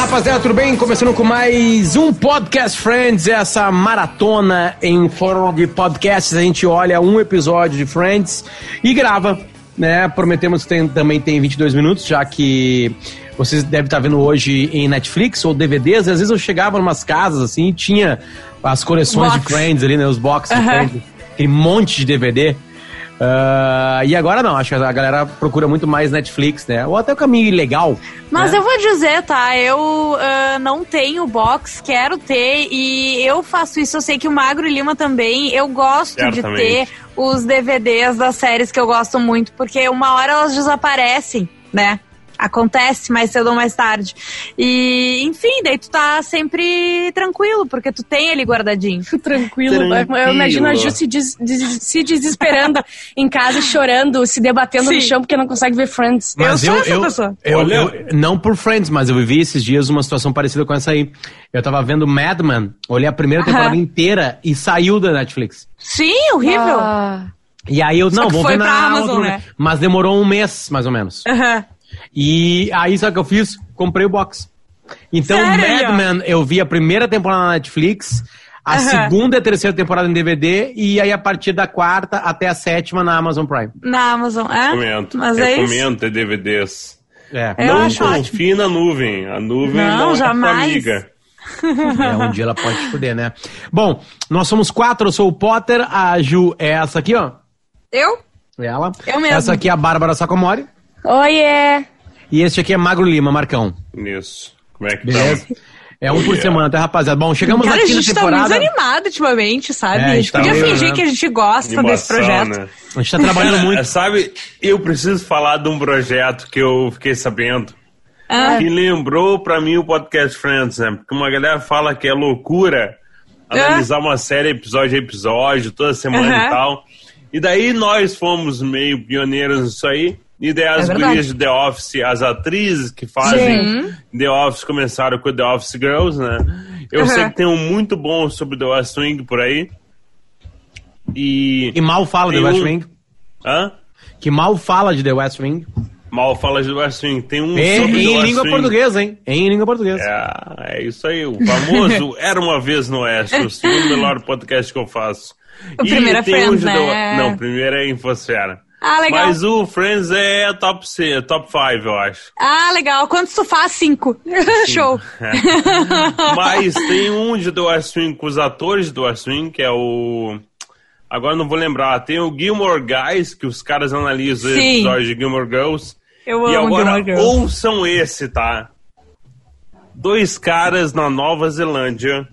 rapaziada, tudo bem? Começando com mais um Podcast Friends, essa maratona em forma de podcasts. A gente olha um episódio de Friends e grava, né? Prometemos que tem- também tem 22 minutos, já que vocês devem estar vendo hoje em Netflix ou DVDs. E às vezes eu chegava em umas casas assim e tinha as coleções de Box. Friends ali, né? Os boxes de Aham. Friends, aquele monte de DVD. Ah, e agora não, acho que a galera procura muito mais Netflix, né? Ou até o caminho ilegal. Mas É. né? eu vou dizer, tá? Eu ah, não tenho box, quero ter e eu faço isso. Eu sei que o Magro Lima também. Eu gosto de Certamente. ter os DVDs das séries que eu gosto muito, porque uma hora elas desaparecem, né? Acontece mais cedo ou mais tarde. E, enfim, daí tu tá sempre tranquilo, porque tu tem ele guardadinho. Tranquilo. Tranquilo. Eu imagino a Ju se, des- des- se desesperando em casa, chorando, se debatendo Sim. no chão porque não consegue ver Friends. Mas eu, Eu sou essa eu, pessoa. eu- Olha- eu- não por Friends, mas eu vivi esses dias uma situação parecida com essa aí. Eu tava vendo Madman, olhei a primeira temporada Aham. inteira e saiu da Netflix. Sim, horrível. Ah. E aí eu, Só não, que vou foi ver na pra Amazon, Amazon, né? né? Mas demorou um mês, mais ou menos. Aham. E aí, sabe o que eu fiz? Comprei o box. Então, Sério? Madman, eu vi a primeira temporada na Netflix, a Aham. segunda e a terceira temporada em DVD, e aí a partir da quarta até a sétima na Amazon Prime. Na Amazon. É? Recomendo. Mas é isso. Recomendo ter DVDs. É, Eu não acho confie na nuvem. A nuvem Não, não, é jamais. tua amiga. É, um dia ela pode te fuder, né? Bom, nós somos quatro, eu sou o Potter, a Ju é essa aqui, ó. Eu? Ela. Eu mesmo. Essa aqui é a Bárbara Sacomori. Oiê! E este aqui é Magro Lima, Marcão. Isso. Como é que Beleza? tá? É um por Yeah. semana, tá, rapaziada? Bom, chegamos Cara, na a quinta gente tá muito temporada. desanimado ultimamente, É, sabe? a a gente gente tá podia meio, fingir né? que a gente gosta desse projeto. né? a gente tá trabalhando muito. É, Sabe, eu preciso falar de um projeto que eu fiquei sabendo. Ah. Que lembrou pra mim o Podcast Friends, né? Porque uma galera fala que é loucura analisar uma série episódio a episódio, toda semana É. Aham. e tal. E daí nós fomos meio pioneiros nisso aí. E daí as É verdade. gurias de The Office, as atrizes que fazem The Office começaram com The Office Girls, né? Eu Aham. sei que tem um muito bom sobre The West Wing por aí. E. Que mal fala de Tem The West um- Wing. Hã? Que mal fala de The West Wing. Mal fala de West Wing. Tem um É, sobre The em West língua Wing. portuguesa, hein? Em língua portuguesa. É, é isso aí. O famoso Era Uma Vez no Oeste, o segundo melhor podcast que eu faço. O primeiro é tem Friends, de né? deu- Não, o primeiro é Infosfera. Ah, legal. Mas o Friends é top 5, top five, eu acho. Ah, legal. Quantos tu faz? Cinco. Show. É. Mas tem um de The West Wing com os atores do West Wing, que é o... Agora não vou lembrar. Tem o Gilmore Guys, que os caras analisam o Sim. episódio de Gilmore Girls. Eu E amo agora Gilmore Girls. ouçam esse, tá? Dois caras na Nova Zelândia,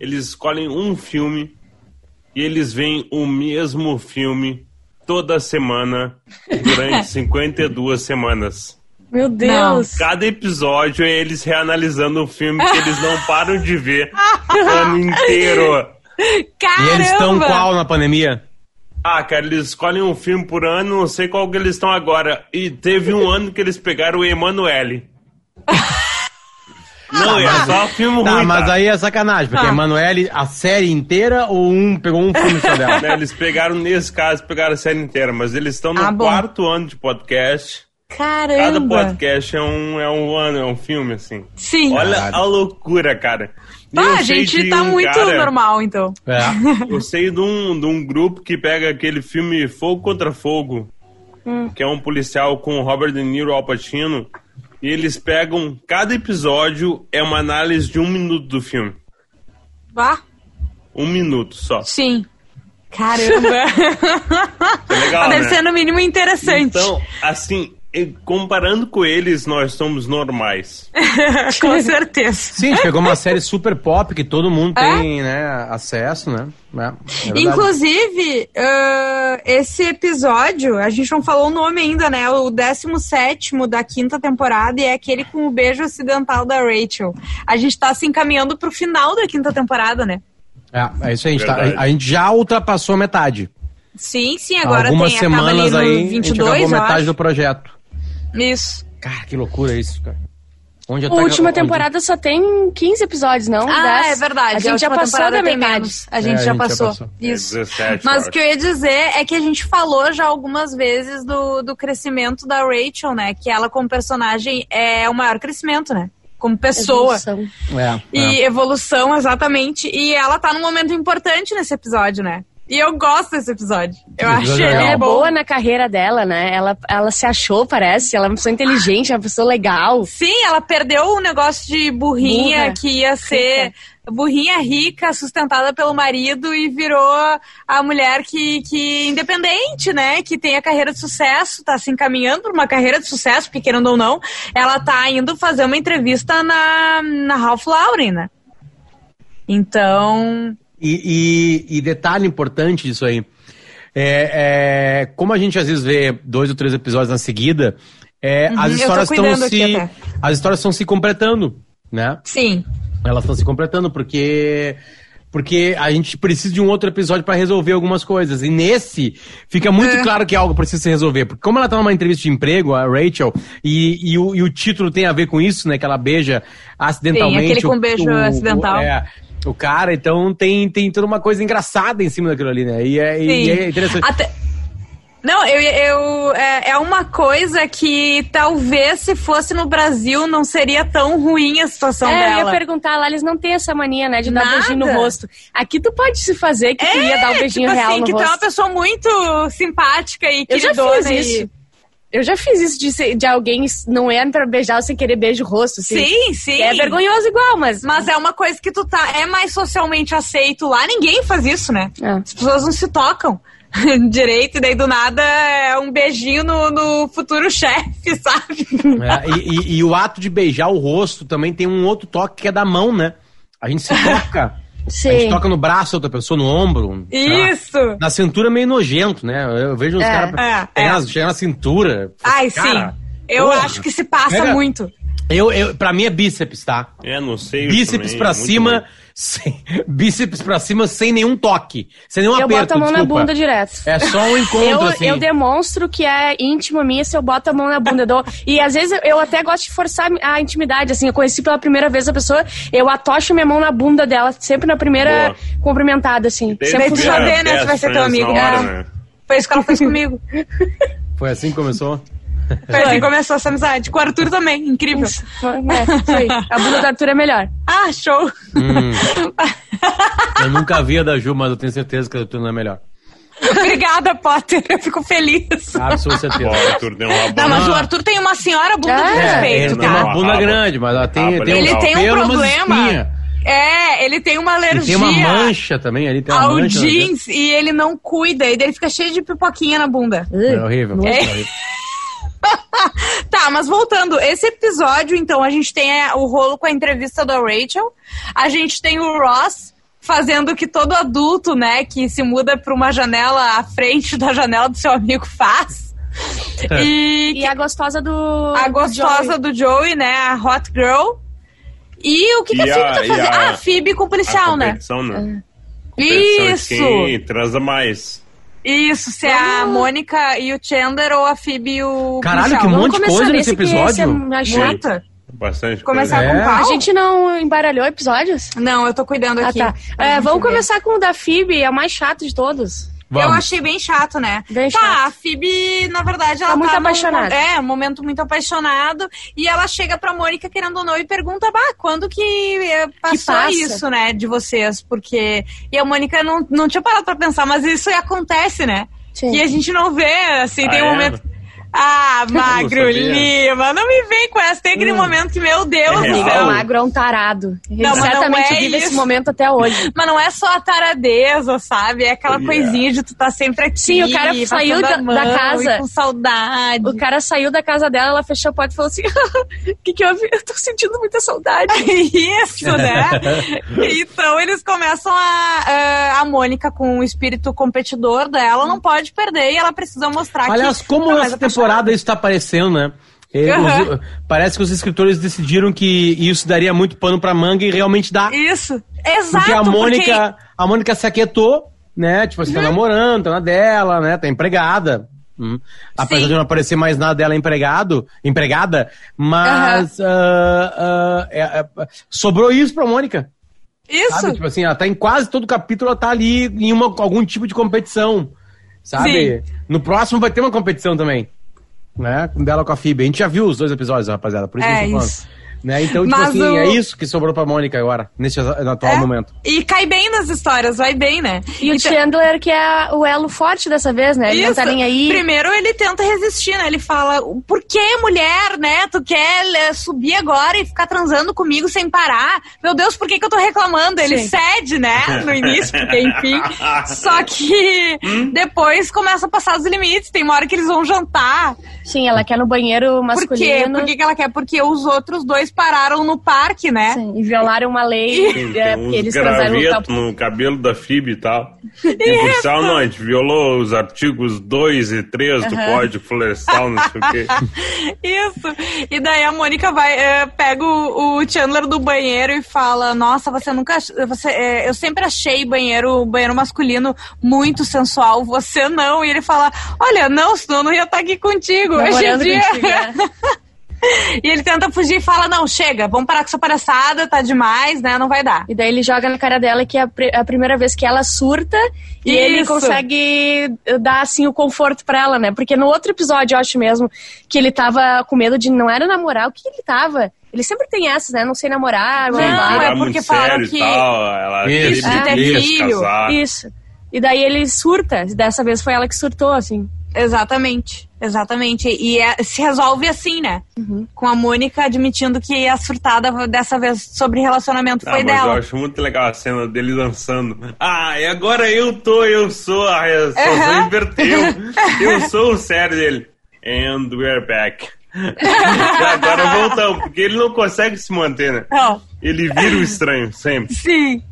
eles escolhem um filme e eles veem o mesmo filme toda semana durante 52 semanas. Meu Deus! Cada episódio é eles reanalisando o filme que eles não param de ver o ano inteiro. Caramba! E eles estão qual na pandemia? Ah, cara, eles escolhem um filme por ano, não sei qual que eles estão agora. E teve um ano que eles pegaram o Emanuele. não, é só filme Tá, ruim, mas tá? aí é sacanagem, porque Ah. a Emanuele, a série inteira ou um pegou um filme só dela? Né, eles pegaram, nesse caso, pegaram a série inteira, mas eles estão no Ah, bom. quarto ano de podcast. Cada Caramba! podcast é um, é um ano, é um filme, assim. Sim. Olha Caralho. a loucura, cara. E eu Ah, a sei gente de tá um muito cara- normal, então. É. Eu sei de um, de um grupo que pega aquele filme Fogo Contra Fogo, Hum. que é um policial com o Robert De Niro e Al Pacino, e eles pegam, cada episódio é uma análise de um minuto do filme. Vá? Um minuto só. Sim. Caramba! É legal, Mas deve né? ser no mínimo interessante. Então, assim, e- comparando com eles, nós somos normais. É Com certeza. Sim, a gente pegou uma série super pop que todo mundo tem, né, acesso, né? É, é verdade. É? Inclusive, ah, esse episódio, a gente não falou o nome ainda, né? O 17 da quinta temporada e é aquele com o beijo acidental da Rachel. A gente tá se encaminhando pro final da quinta temporada, né? É, é isso aí, a gente, tá- Verdade. a gente já ultrapassou a metade. Sim, sim, agora Algumas tem acaba ali semanas no aí, a gente 22, acabou eu metade acho. do projeto. Isso. Cara, que loucura isso, cara. Onde A última onde- temporada só tem 15 episódios, não? Ah, Um Dez. é verdade. A gente a já última passou temporada da tem metade. menos. A gente, É, já, passou. É Isso. 17, Mas eu o que eu ia dizer é que a gente falou já algumas vezes do, do crescimento da Rachel, né? Que ela, como personagem, é o maior crescimento, né? como pessoa. Evolução. É, E evolução, exatamente. E ela tá num momento importante nesse episódio, né? E eu gosto desse episódio. Esse Eu acho episódio é ele Ela é legal. bom. boa na carreira dela, né? Ela, ela se achou, parece. Ela é uma pessoa inteligente, é uma pessoa legal. Sim, ela perdeu o negócio de burrinha Burra. que ia ser burrinha rica, sustentada pelo marido e virou a mulher que, que independente, né? Que tem a carreira de sucesso, tá se encaminhando pra uma carreira de sucesso, porque querendo ou não, ela tá indo fazer uma entrevista na, na Ralph Lauren, né? Então, E, e- e detalhe importante disso aí. É, é, como a gente às vezes vê dois ou três episódios na seguida, é, Uhum, as eu tô histórias estão cuidando aqui se. até. As histórias estão se completando, né? sim. Elas estão se completando, porque. Porque a gente precisa de um outro episódio para resolver algumas coisas. E nesse, fica muito É. claro que algo precisa se resolver. Porque como ela tá numa entrevista de emprego, a Rachel, e, e o, e o título tem a ver com isso, né? Que ela beija acidentalmente. Sim, aquele com o- beijo o- acidental. é, o cara, então tem, tem toda uma coisa engraçada em cima daquilo ali, né? E é, e Sim. Ah. é interessante. Até- Não, eu, eu- é, é uma coisa que talvez se fosse no Brasil não seria tão ruim a situação é, eu ia dela. perguntar lá, eles não têm essa mania, né, de dar Nada. beijinho no rosto. Aqui tu pode se fazer que tu ia dar o beijinho tipo real assim, no que tu é uma rosto. pessoa muito simpática e Eu já queridona. fiz e- isso. Eu já fiz isso de, ser- de alguém não é pra beijar sem querer beijo no rosto. assim. Sim, sim. É vergonhoso igual, mas... Mas é uma coisa que tu tá. É mais socialmente aceito lá. Ninguém faz isso, né? É. As pessoas não se tocam direito, e daí do nada é um beijinho no, no futuro chefe, sabe? É, e, e- e o ato de beijar o rosto também tem um outro toque que é da mão, né? A gente se toca. A gente Sim. toca no braço da outra pessoa, no ombro. sei lá. Isso! Na cintura é meio nojento, né? Eu vejo os É, caras. é, tem é. as- Chega na cintura. Ai, Ah. Cara, sim. Eu porra. acho que se passa Pega- muito. Eu, eu, pra mim é bíceps, tá? É, não sei. Bíceps também, pra é muito cima. ruim. Sem, bíceps pra cima sem nenhum toque. Sem nenhum Eu um aperto. boto a mão na desculpa. bunda direto. É só um encontro, Eu, assim. eu demonstro que é íntima minha se eu boto a mão na bunda. Eu dou- e às vezes eu até gosto de forçar a intimidade, assim. Eu conheci pela primeira vez a pessoa, eu atocho minha mão na bunda dela, sempre na primeira Boa. cumprimentada, assim. Daí Sempre tu vira funciona. saber, né, se best vai ser teu friends amigo. na hora, É. né? Foi isso que ela fez comigo. Foi assim que começou? Foi assim que começou essa amizade. Com o Arthur também, incrível. É, isso aí. A bunda do Arthur é melhor. Ah, show! Hum. eu nunca vi a da Ju, mas eu tenho certeza que a do Arthur não é melhor. Obrigada, Potter. Eu fico feliz. Absoluta certeza. Ó, o Arthur deu uma Não, bola. mas o Arthur tem uma senhora bunda de É, Ah. É, respeito, ele não, tem cara. uma bunda Raba. grande, mas ela tem, Raba, tem, Ele legal. tem pelo, um umas problema. espinhas. É, ele tem uma E alergia. tem uma mancha também, ali tem uma ao mancha. né? jeans e ele não cuida, e daí ele fica cheio de pipoquinha na bunda. É horrível. Nossa. é horrível. Tá, mas voltando, esse episódio, então, a gente tem é, o rolo com a entrevista da Rachel, a gente tem o Ross fazendo o que todo adulto, né, que se muda pra uma janela à frente da janela do seu amigo faz. É. E E a gostosa do. a do gostosa Joey. do Joey, né, a hot girl. E o que, que E a Phoebe a- tá e fazendo? a- ah, Phoebe com o A policial, né? competição, né? Competição de Isso! Quem transa mais. Isso, se é Ah. a Mônica e o Chandler ou a Phoebe e o Caralho, policial. que um monte de Vamos começar coisa nesse desse que esse é episódio. mais chato. Puta. Bastante Começar É. com A pau? gente não embaralhou episódios? Não, eu tô cuidando Ah, aqui. tá. É, vamos começar com o da Phoebe, é o mais chato de todos. Eu Vamos. achei bem chato, né? Bem tá, chato. a Phoebe, na verdade, ela Tá muito num- apaixonada. É, um momento muito apaixonado. E ela chega pra Mônica, querendo ou não, e pergunta, bah, quando que eh, passou passa? isso, né, de vocês? Porque... E a Mônica não, não tinha parado pra pensar, mas isso acontece, né? Sim. E a gente não vê, assim, Ah, tem um é? momento... Ah, Magro sabia. Lima, não me vem com essa. Tem aquele Hum. momento que, meu Deus É do real? céu. O magro é um tarado. Ele Não, mas não certamente é vive isso. esse momento até hoje. Mas não é só a taradeza, sabe? É aquela Yeah. coisinha de tu tá sempre aqui. Sim, o cara passando saiu a da- da mão casa. e com saudade. O cara saiu da casa dela, ela fechou a porta e falou assim: o que, que houve? Eu tô sentindo muita saudade. Isso, né? então eles começam a, a- a Mônica com o espírito competidor dela, não pode perder e ela precisa mostrar Aliás, que. como tá mais essa temporada isso tá aparecendo, né? É, os- Aham. parece que os escritores decidiram que isso daria muito pano pra manga e realmente dá. apaixonada. Isso, exato. porque a Mônica, a Mônica se aquietou, né? Tipo, Uhum. assim, tá namorando, tá na dela, né? Tá empregada. Hum. Apesar Sim. de não aparecer mais nada dela empregado, empregada, mas ah, ah, é, é, sobrou isso pra Mônica. Isso. Sabe? Tipo assim, ela tá em quase todo capítulo, ela tá ali em uma, algum tipo de competição. Sabe? No próximo vai ter uma competição também. Né? Com dela com a Phoebe. A gente já viu os dois episódios, rapaziada. Por isso que É eu tô falando. isso. Né? Então, tipo Mas assim, o- é isso que sobrou pra Mônica agora, nesse exa- no atual É. momento. E cai bem nas histórias, vai bem, né? E o Então- Chandler, que é o elo forte dessa vez, né? Ele não tá Isso. nem aí. Primeiro ele tenta resistir, né? Ele fala: por que mulher, né? Tu quer eh, subir agora e ficar transando comigo sem parar? Meu Deus, por que, que eu tô reclamando? Ele Sim. cede, né? No início, porque enfim. Só que depois começa a passar os limites. Tem uma hora que eles vão jantar. Sim, ela quer no banheiro Por quê? masculino. Por que, que ela quer? Porque os outros dois pararam no parque, né? Sim, e violaram uma lei. Tem é, porque uns eles transaram no gravetos tabu. no cabelo da FIB e tal. E o policial não, a gente violou os artigos 2 e 3 do Código Florestal, não sei o quê. Isso. E daí a Mônica vai, eh, pega o, o Chandler do banheiro e fala: Nossa, você nunca. ach- Você, eh, eu sempre achei banheiro, banheiro masculino muito sensual, você não. E ele fala: Olha, não, senão eu não ia estar aqui contigo. Hoje em Namorando dia. contigo, é. E ele tenta fugir e fala: Não, chega, vamos parar com essa palhaçada, tá demais, né? Não vai dar. E daí ele joga na cara dela que é a, pri- a primeira vez que ela surta e ele Isso. consegue eh, dar assim o conforto pra ela, né? Porque no outro episódio, eu acho mesmo, que ele tava com medo de não era namorar, o que ele tava? Ele sempre tem essas, né? Não sei namorar, blá, blá, blá. é Jogar porque muito falam sério que- e tal. Ela Isso, queria que ter tem se filho, casar. Isso. E daí ele surta. Dessa vez foi ela que surtou, assim. Exatamente, exatamente. E é- se resolve assim, né? Uhum. Com a Mônica admitindo que a surtada dessa vez sobre relacionamento Ah, foi mas dela. eu acho muito legal a cena dele dançando. Ah, e agora eu tô, eu sou, a reação Aham. inverteu. Eu sou o sério dele. And we're back. E agora voltamos, porque ele não consegue se manter, né? Não, Ele vira o estranho, sempre. sim.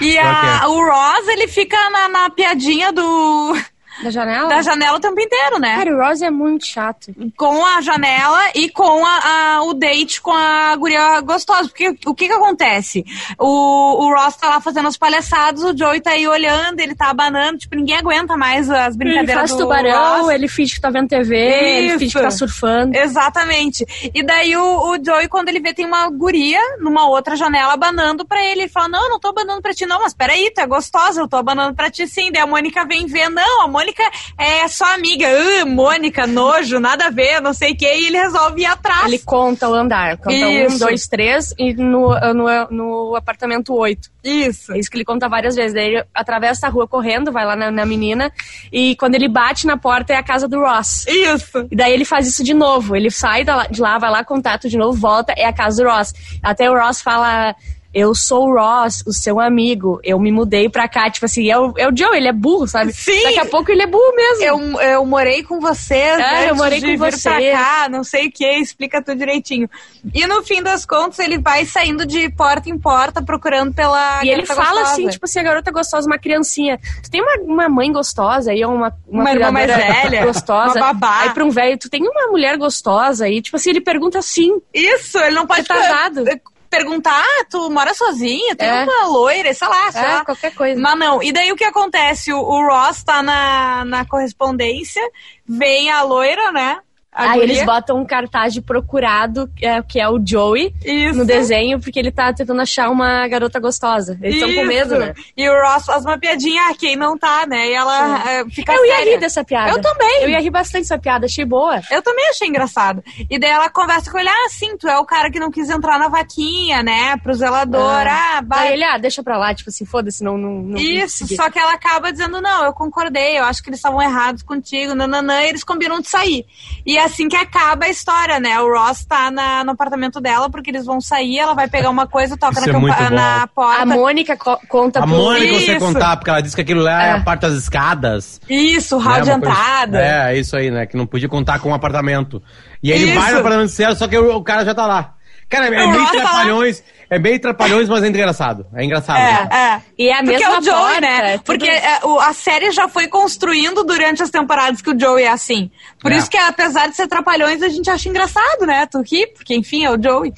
E a- Ok. o Ross, ele fica na, na piadinha do, Da janela? da janela o tempo inteiro, né? Ah. Cara, o Ross é muito chato. Com a janela e com a, a- o date com a guria gostosa. Porque o que que acontece? O, o Ross tá lá fazendo as palhaçadas, o Joey tá aí olhando, ele tá abanando. Tipo, ninguém aguenta mais as Ele brincadeiras faz do tubarão, Ross. ele finge que tá vendo TV, ele Isso. finge que tá surfando. Exatamente. E daí o, o Joey, quando ele vê, tem uma guria numa outra janela abanando pra ele. Ele fala: Não, eu não tô abanando pra ti, não, mas peraí, tu é gostosa, eu tô abanando pra ti sim. Daí a Mônica vem ver: Não, a Mônica é só amiga. Ah, Mônica, nojo, nada a ver, não sei o que. E ele resolve ir atrás. Ele conta o andar. Conta um, Isso. dois, três e no, no, no apartamento oito. Isso. É isso que ele conta várias vezes. Daí ele atravessa a rua correndo, vai lá na, na menina e quando ele bate na porta é a casa do Ross. Isso. E daí ele faz isso de novo. Ele sai da lá- de lá, vai lá, contato de novo, volta, é a casa do Ross. Até o Ross fala. Eu sou o Ross, o seu amigo. Eu me mudei pra cá. Tipo assim, é o, é o Joe, ele é burro, sabe? Sim. Daqui a pouco ele é burro mesmo. Eu, eu morei com você, É, eu morei com de vir você. pra cá, não sei o que, explica tudo direitinho. E no fim das contas, ele vai saindo de porta em porta, procurando pela E ele garota fala gostosa. assim, tipo assim, a garota gostosa, uma criancinha. Tu tem uma, uma mãe gostosa aí, ou uma, uma, Uma irmã mais cuidadora velha, gostosa. uma babá. Aí pra um velho, tu tem uma mulher gostosa aí. Tipo assim, ele pergunta assim. Isso, ele não pode Tá casado. eh, perguntar, ah, tu mora sozinha, tem É. uma loira, sei lá, sei É, lá. qualquer coisa. Mas não, e daí o que acontece? O, o Ross tá na, na correspondência, vem a loira, né? A aí guria. eles botam um cartaz de procurado, que é- que é o Joey, Isso. no desenho, porque ele tá tentando achar uma garota gostosa. Eles estão com Isso. medo, né? E o Ross faz uma piadinha, ah, quem não tá, né? E ela eh, fica Eu ia séria. rir dessa piada. Eu também. Eu ia rir bastante dessa piada, achei boa. Eu também achei engraçado. E daí ela conversa com ele, ah, sim, tu é o cara que não quis entrar na vaquinha, né? Pro zelador, ah, vai. Aí ele, ah, deixa pra lá, tipo assim, foda-se, não, não, não Isso, consegui. só que ela acaba dizendo, não, eu concordei, eu acho que eles estavam errados contigo, nananã, e eles combinam de sair. E é assim que acaba a história, né? O Ross tá na, no apartamento dela, porque eles vão sair, ela vai pegar uma coisa, toca Isso na, é campa- muito bom. na porta. A Mônica co- conta A pro- Mônica você Tá Isso. contar, porque ela disse que aquilo lá é, É. a parte das escadas. Isso, né, hall de uma coisa- entrada. É, isso aí, né? Que não podia contar com o apartamento. E aí ele Isso. vai no apartamento certo, só que o, o cara já tá lá. Cara, é, O meio Ross tá lá. trapalhões, é meio trapalhões, mas é engraçado. É engraçado. né? É, é. E é a Porque mesma é o Joey, porta, é né? tudo Porque isso. é, o- a série já foi construindo durante as temporadas que o Joey é assim. Por É. isso que, apesar de ser trapalhões, a gente acha engraçado, né? Tu ri, porque enfim, é o Joey.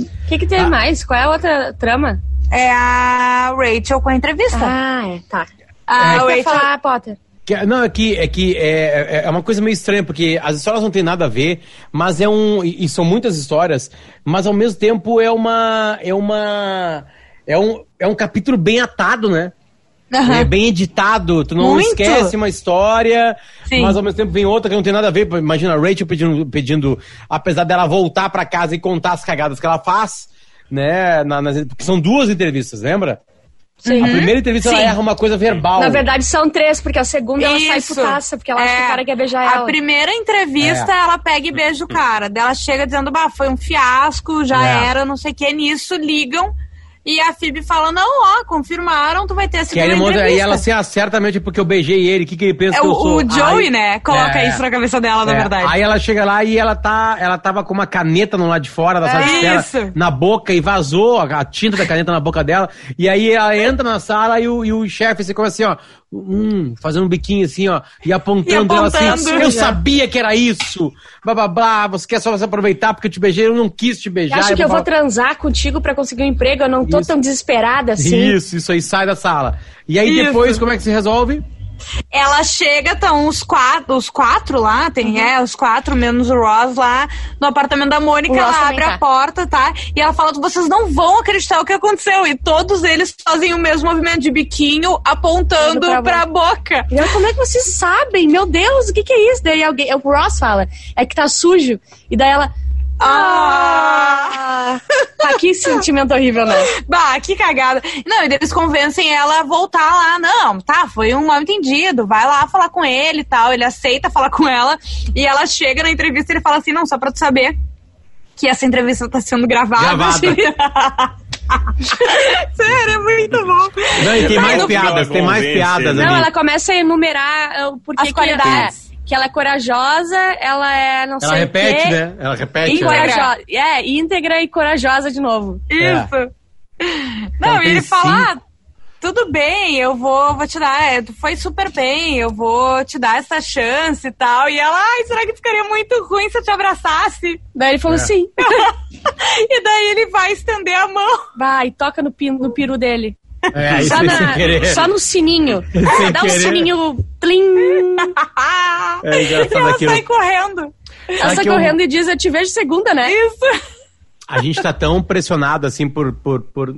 O que, que tem mais? Qual é a outra trama? É a Rachel com a entrevista. Ah, é, tá. Ah, Ah, o o Rachel- falar, Potter. Que- não, é que, é, que é, é- é uma coisa meio estranha, porque as histórias não têm nada a ver, mas é um. E, e são muitas histórias, mas ao mesmo tempo é uma. É uma. É um, é um capítulo bem atado, né? Ah, Aham. É bem editado, tu não Muito. esquece uma história, Sim. mas ao mesmo tempo vem outra que não tem nada a ver. Imagina a Rachel pedindo, pedindo apesar dela voltar pra casa e contar as cagadas que ela faz, né? na- nas- porque são duas entrevistas, lembra? Sim. A primeira entrevista ela Sim. erra uma coisa verbal. Na verdade, são três, porque a segunda ela sai putaça, porque ela acha que o cara quer beijar a ela. primeira entrevista, É. ela pega e beija o cara. Daí ela chega dizendo, bah, foi um fiasco, já É. era, não sei o que. Nisso, ligam. E a Phoebe fala, não, ó, confirmaram, tu vai ter a que aí, segunda ele monta- aí entrevista. ela assim, ah, certamente porque eu beijei ele, o que, que ele pensa É, que eu o, sou? o Joey, Aí- né, coloca É, isso na cabeça dela, na É, verdade. Aí ela chega lá e ela tá, ela tava com uma caneta no lado de fora da sala de É espera, isso. na boca e vazou a, a tinta da caneta na boca dela. E aí ela entra na sala e o, e o chefe se começa assim, ó, hum, fazendo um biquinho assim, ó, e apontando, E ela assim, apontando. eu sabia que era isso, blá blá blá, você quer só se aproveitar porque eu te beijei, eu não quis te Você beijar. acha que eu vou falar- transar contigo pra conseguir um emprego? Eu não tô Isso. tão desesperada assim. Isso, isso aí, sai da sala. E aí Isso. depois, como é que se resolve? Ela chega, estão os quatro, os quatro lá, tem, Uhum. é, os quatro, menos o Ross lá, no apartamento da Mônica, O Ross ela também abre tá. a porta, tá? E ela fala, vocês não vão acreditar o que aconteceu. E todos eles fazem o mesmo movimento de biquinho, apontando Indo pra pra, boca. Eu, como é que vocês sabem? Meu Deus, o que, que é isso? Daí alguém, o Ross fala, é que tá sujo. E daí ela. Ah! Ah, que sentimento horrível, né? Bah, que cagada. Não, e daí eles convencem ela a voltar lá. Não, tá, foi um mal entendido. Vai lá falar com ele e tal. Ele aceita falar com ela. E ela chega na entrevista e ele fala assim: não, só pra tu saber que essa entrevista tá sendo gravada. Gravada. Sério, é muito bom. Não, né? e tem Não, mais não- piadas, tem mais Não, piadas Não, ali. ela começa a enumerar ah, o porquê As que qualidades. Ela é, que ela é corajosa, ela é não Ela sei o repete, quê. né? Ela repete. E né? corajosa. É, íntegra e corajosa de novo. Isso. É. Então Não, e tem ele fala. cinco. "Ah, Tudo bem, eu vou, vou te dar. é, Tu foi super bem, eu vou te dar essa chance e tal. E ela, ai, será que ficaria muito ruim se eu te abraçasse? Daí ele falou É. sim. E daí ele vai estender a mão. Vai, toca no, pin, no peru dele. É, isso Só, aí na- sem querer. só no sininho. Sem Dá um querer. sininho. Plim. É engraçado e ela aquilo. sai correndo. Ela Sabe sai que eu- correndo e diz: Eu te vejo segunda, né? Isso. A gente tá tão pressionado, assim, por, por, por,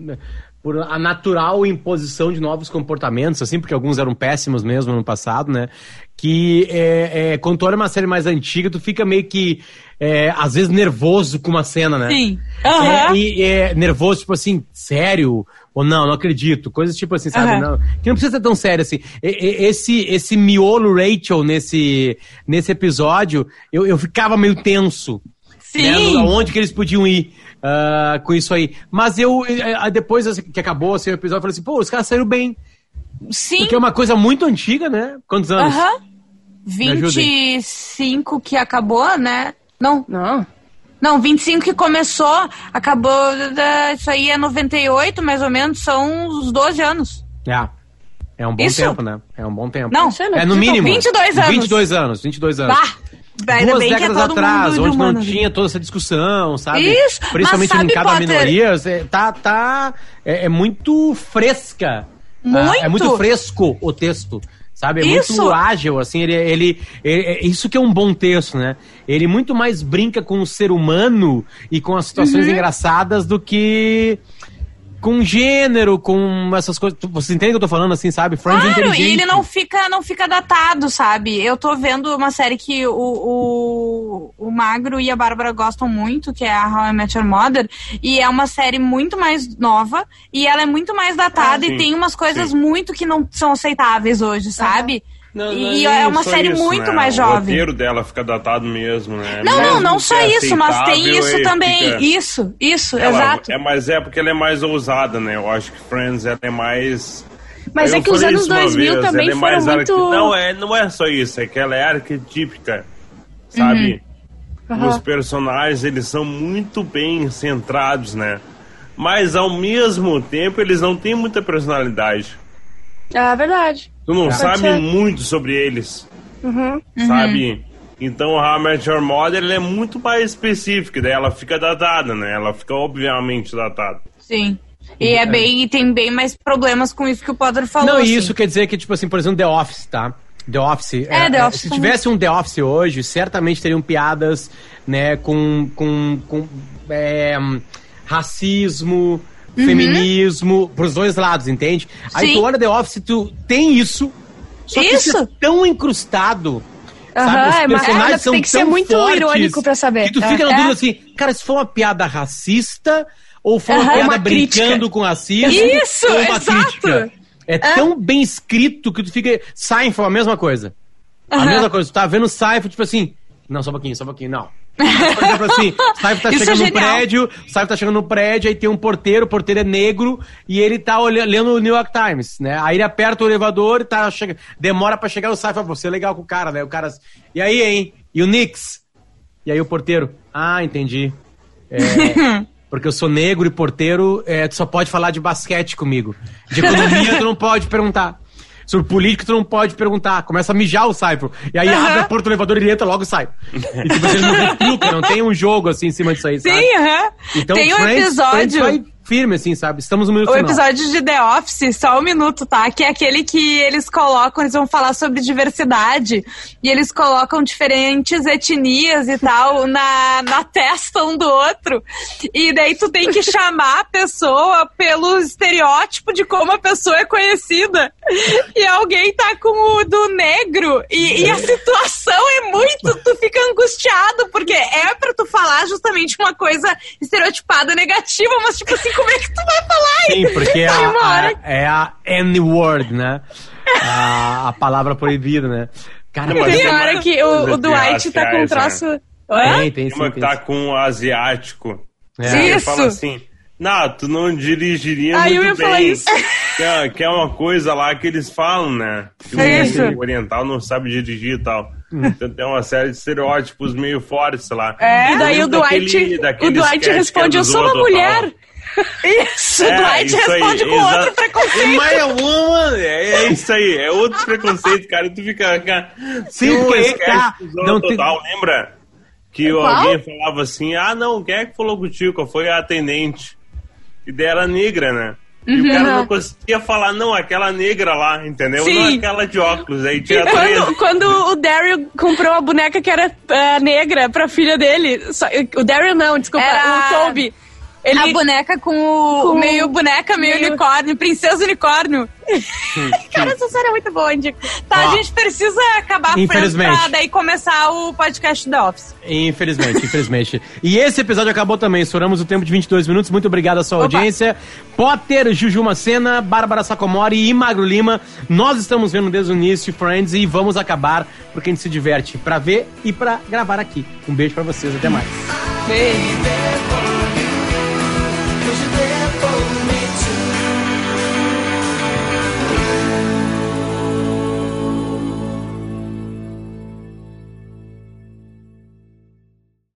por a natural imposição de novos comportamentos, assim, porque alguns eram péssimos mesmo no passado, né? Que é, é, quando tu olha uma série mais antiga, tu fica meio que, é, às vezes, nervoso com uma cena, né? Aham. É, e é, nervoso, tipo assim, sério? Ou não, não acredito. Coisas tipo assim, sabe? Aham. Não, que não precisa ser tão sério assim. E- e- esse, esse miolo Rachel nesse, nesse episódio, eu, eu ficava meio tenso. Né? Sim. Onde que eles podiam ir ah, com isso aí. Mas eu, eh, ah, depois assim, que acabou assim, o episódio, eu falei assim, pô, os caras saíram bem. Sim. Porque é uma coisa muito antiga, né? Quantos anos? Aham. ajudem. 25 que acabou, né? Não, Não. não, 25 que começou, acabou. da- Isso aí é 98, mais ou menos, são uns 12 anos. É. É um bom Isso? tempo, né? É um bom tempo. Não, Isso é É no Então, mínimo. 22 anos. 22 anos, 22 anos. Bah, ainda Duas bem que é décadas todo atrás, mundo onde não humano. tinha toda essa discussão, sabe? Isso, Principalmente mas sabe, em cada Potter? minoria, você tá, tá, é, é muito fresca. Muito. Ah, é muito fresco o texto, sabe? É Isso. muito ágil, assim, ele, ele, ele- é- Isso que é um bom texto, né? Ele muito mais brinca com o ser humano e com as situações Uhum. engraçadas do que... Com gênero, com essas coisas. Tu- Você entende o que eu tô falando, assim, sabe? Friends é Claro, e inteligente. ele não fica, não fica datado, sabe? Eu tô vendo uma série que o, o, o Magro e a Bárbara gostam muito, que é a How I Met Your Mother, e é uma série muito mais nova, e ela é muito mais datada, Ah, sim, e tem umas coisas sim. muito que não são aceitáveis hoje, sabe? Não, não E nem é uma só série isso, muito né? mais O jovem. roteiro dela fica datado mesmo, né? Não, não, Mesmo não que só é isso, mas tem aceitável, isso ele também. fica- Isso, isso, Ela- exato. É, mas é porque ela é mais ousada, né? Eu acho que Friends ela é mais. Mas Eu é que os falei anos isso uma 2000 vez, também ela é foram mais muito- arqui- Não é, não é só isso, é que ela é arquetípica, Uhum. sabe? Os personagens, eles são muito bem centrados, né? Mas ao mesmo tempo, eles não têm muita personalidade. É verdade. Uhum. Tu não sabe ser. muito sobre eles, sabe? Então, a Met Your Mother ela é muito mais específica, daí ela fica datada, né? Ela fica obviamente datada. Sim. E Uhum. é bem, e tem bem mais problemas com isso que o Potter falou. Não, assim. e isso quer dizer que, tipo assim, por exemplo, The Office, tá? The Office. É, The Office Se também. tivesse um The Office hoje, certamente teriam piadas, né, com. com, com é, racismo. feminismo, pros dois lados, entende? Aí Uhum. Sim. tu olha The Office, tu tem isso, só que isso Isso. é tão incrustado. Aham, Sabe, é, os mas- personagens é, são tem que ser tão muito fortes irônico pra saber. Que tu É. fica na dúvida É. assim, cara, se foi uma piada racista ou foi uma Aham, é piada uma brincando crítica. com racismo. Isso, ou uma exato. crítica. É, tão bem escrito que tu fica. Seinfeld, a mesma coisa. A Aham. mesma coisa. Tu tá vendo Seinfeld, tipo assim. Não, só um pouquinho, só um pouquinho, não. Por exemplo, assim, Saife tá Isso é chegando no genial. prédio, Saife tá chegando no prédio, aí tem um porteiro, o porteiro é negro, e ele tá olhando, lendo o New York Times, né? Aí ele aperta o elevador e tá chega, demora pra chegar, o Saife fala, você é legal com o cara, né? O cara, e aí, hein? E o Knicks? E aí o porteiro, ah, entendi. É, porque eu sou negro e porteiro, é, tu só pode falar de basquete comigo. De economia tu não pode perguntar. Sobre político tu não pode perguntar. Começa a mijar o Saifo. E aí Aham. abre a porta do elevador e ele entra logo e sai. E tipo, ele não retruca, não tem um jogo assim em cima disso aí, sabe? Então, Sim, aham. Tem um Friends- Friends episódio. vai firme assim, sabe? Estamos no minuto O final. episódio de The Office, só um minuto, tá? Que é aquele que eles colocam, eles vão falar sobre diversidade e eles colocam diferentes etnias e tal na, na testa um do outro. E daí tu tem que chamar a pessoa pelo estereótipo de como a pessoa é conhecida. E alguém tá com o do negro. E, e a situação é muito. Tu fica angustiado, porque é pra tu falar justamente uma coisa estereotipada negativa, mas tipo assim, como é que tu vai falar isso? Sim, porque é Tem uma a, a, hora é a N-word, né? A, a palavra proibida, né? Cara, Não, mas Tem é hora mais- que o, o Entre Dwight tá com um aspas, né? troço. Hã? tem, tem Tem uma sim. que Tem, tá com um asiático. É. Sim. Ele Isso. fala assim, não, tu não dirigiria Ah, muito eu ia bem. falar isso. Que é, que é uma coisa lá que eles falam, né? Que É o isso. oriental não sabe dirigir e tal. Hum. Então tem uma série de estereótipos meio fortes lá. É, e daí o Muito Dwight, daquele- daquele o Dwight sketch que responde: é Eu do sou uma Zorro mulher. Total. Isso, o É, Dwight isso aí, responde com exa- outro preconceito. Am I a woman? É, É isso aí, é outro preconceito, cara. E Tu fica. Cara, Sim, tem um porque sketch tá- do Zorro não tem- É total, lembra? Que Qual? alguém falava assim: ah, não, quem é que falou contigo? Qual Foi a atendente. E daí era negra, né? E o Uhum. cara não conseguia falar, não, aquela negra lá, entendeu? Sim. Não aquela de óculos, aí E tinha quando, três. quando o Daryl comprou a boneca que era ah, negra pra filha dele, só- o Daryl não, desculpa, Era- o Toby. Ele, A boneca com o. com- meio boneca, meio, meio- unicórnio, princesa unicórnio. Cara, essa série é muito boa, Indico. Tá, Ó. a gente precisa acabar a Friends Infelizmente. pra daí começar o podcast da Office. Infelizmente, infelizmente. E esse episódio acabou também. Estouramos o tempo de 22 minutos. Muito obrigado à sua Opa. audiência. Potter, Juju Macena, Bárbara Sacomori e Magro Lima. Nós estamos vendo desde o início Friends e vamos acabar porque a gente se diverte pra ver e pra gravar aqui. Um beijo pra vocês. Até mais. Beijo.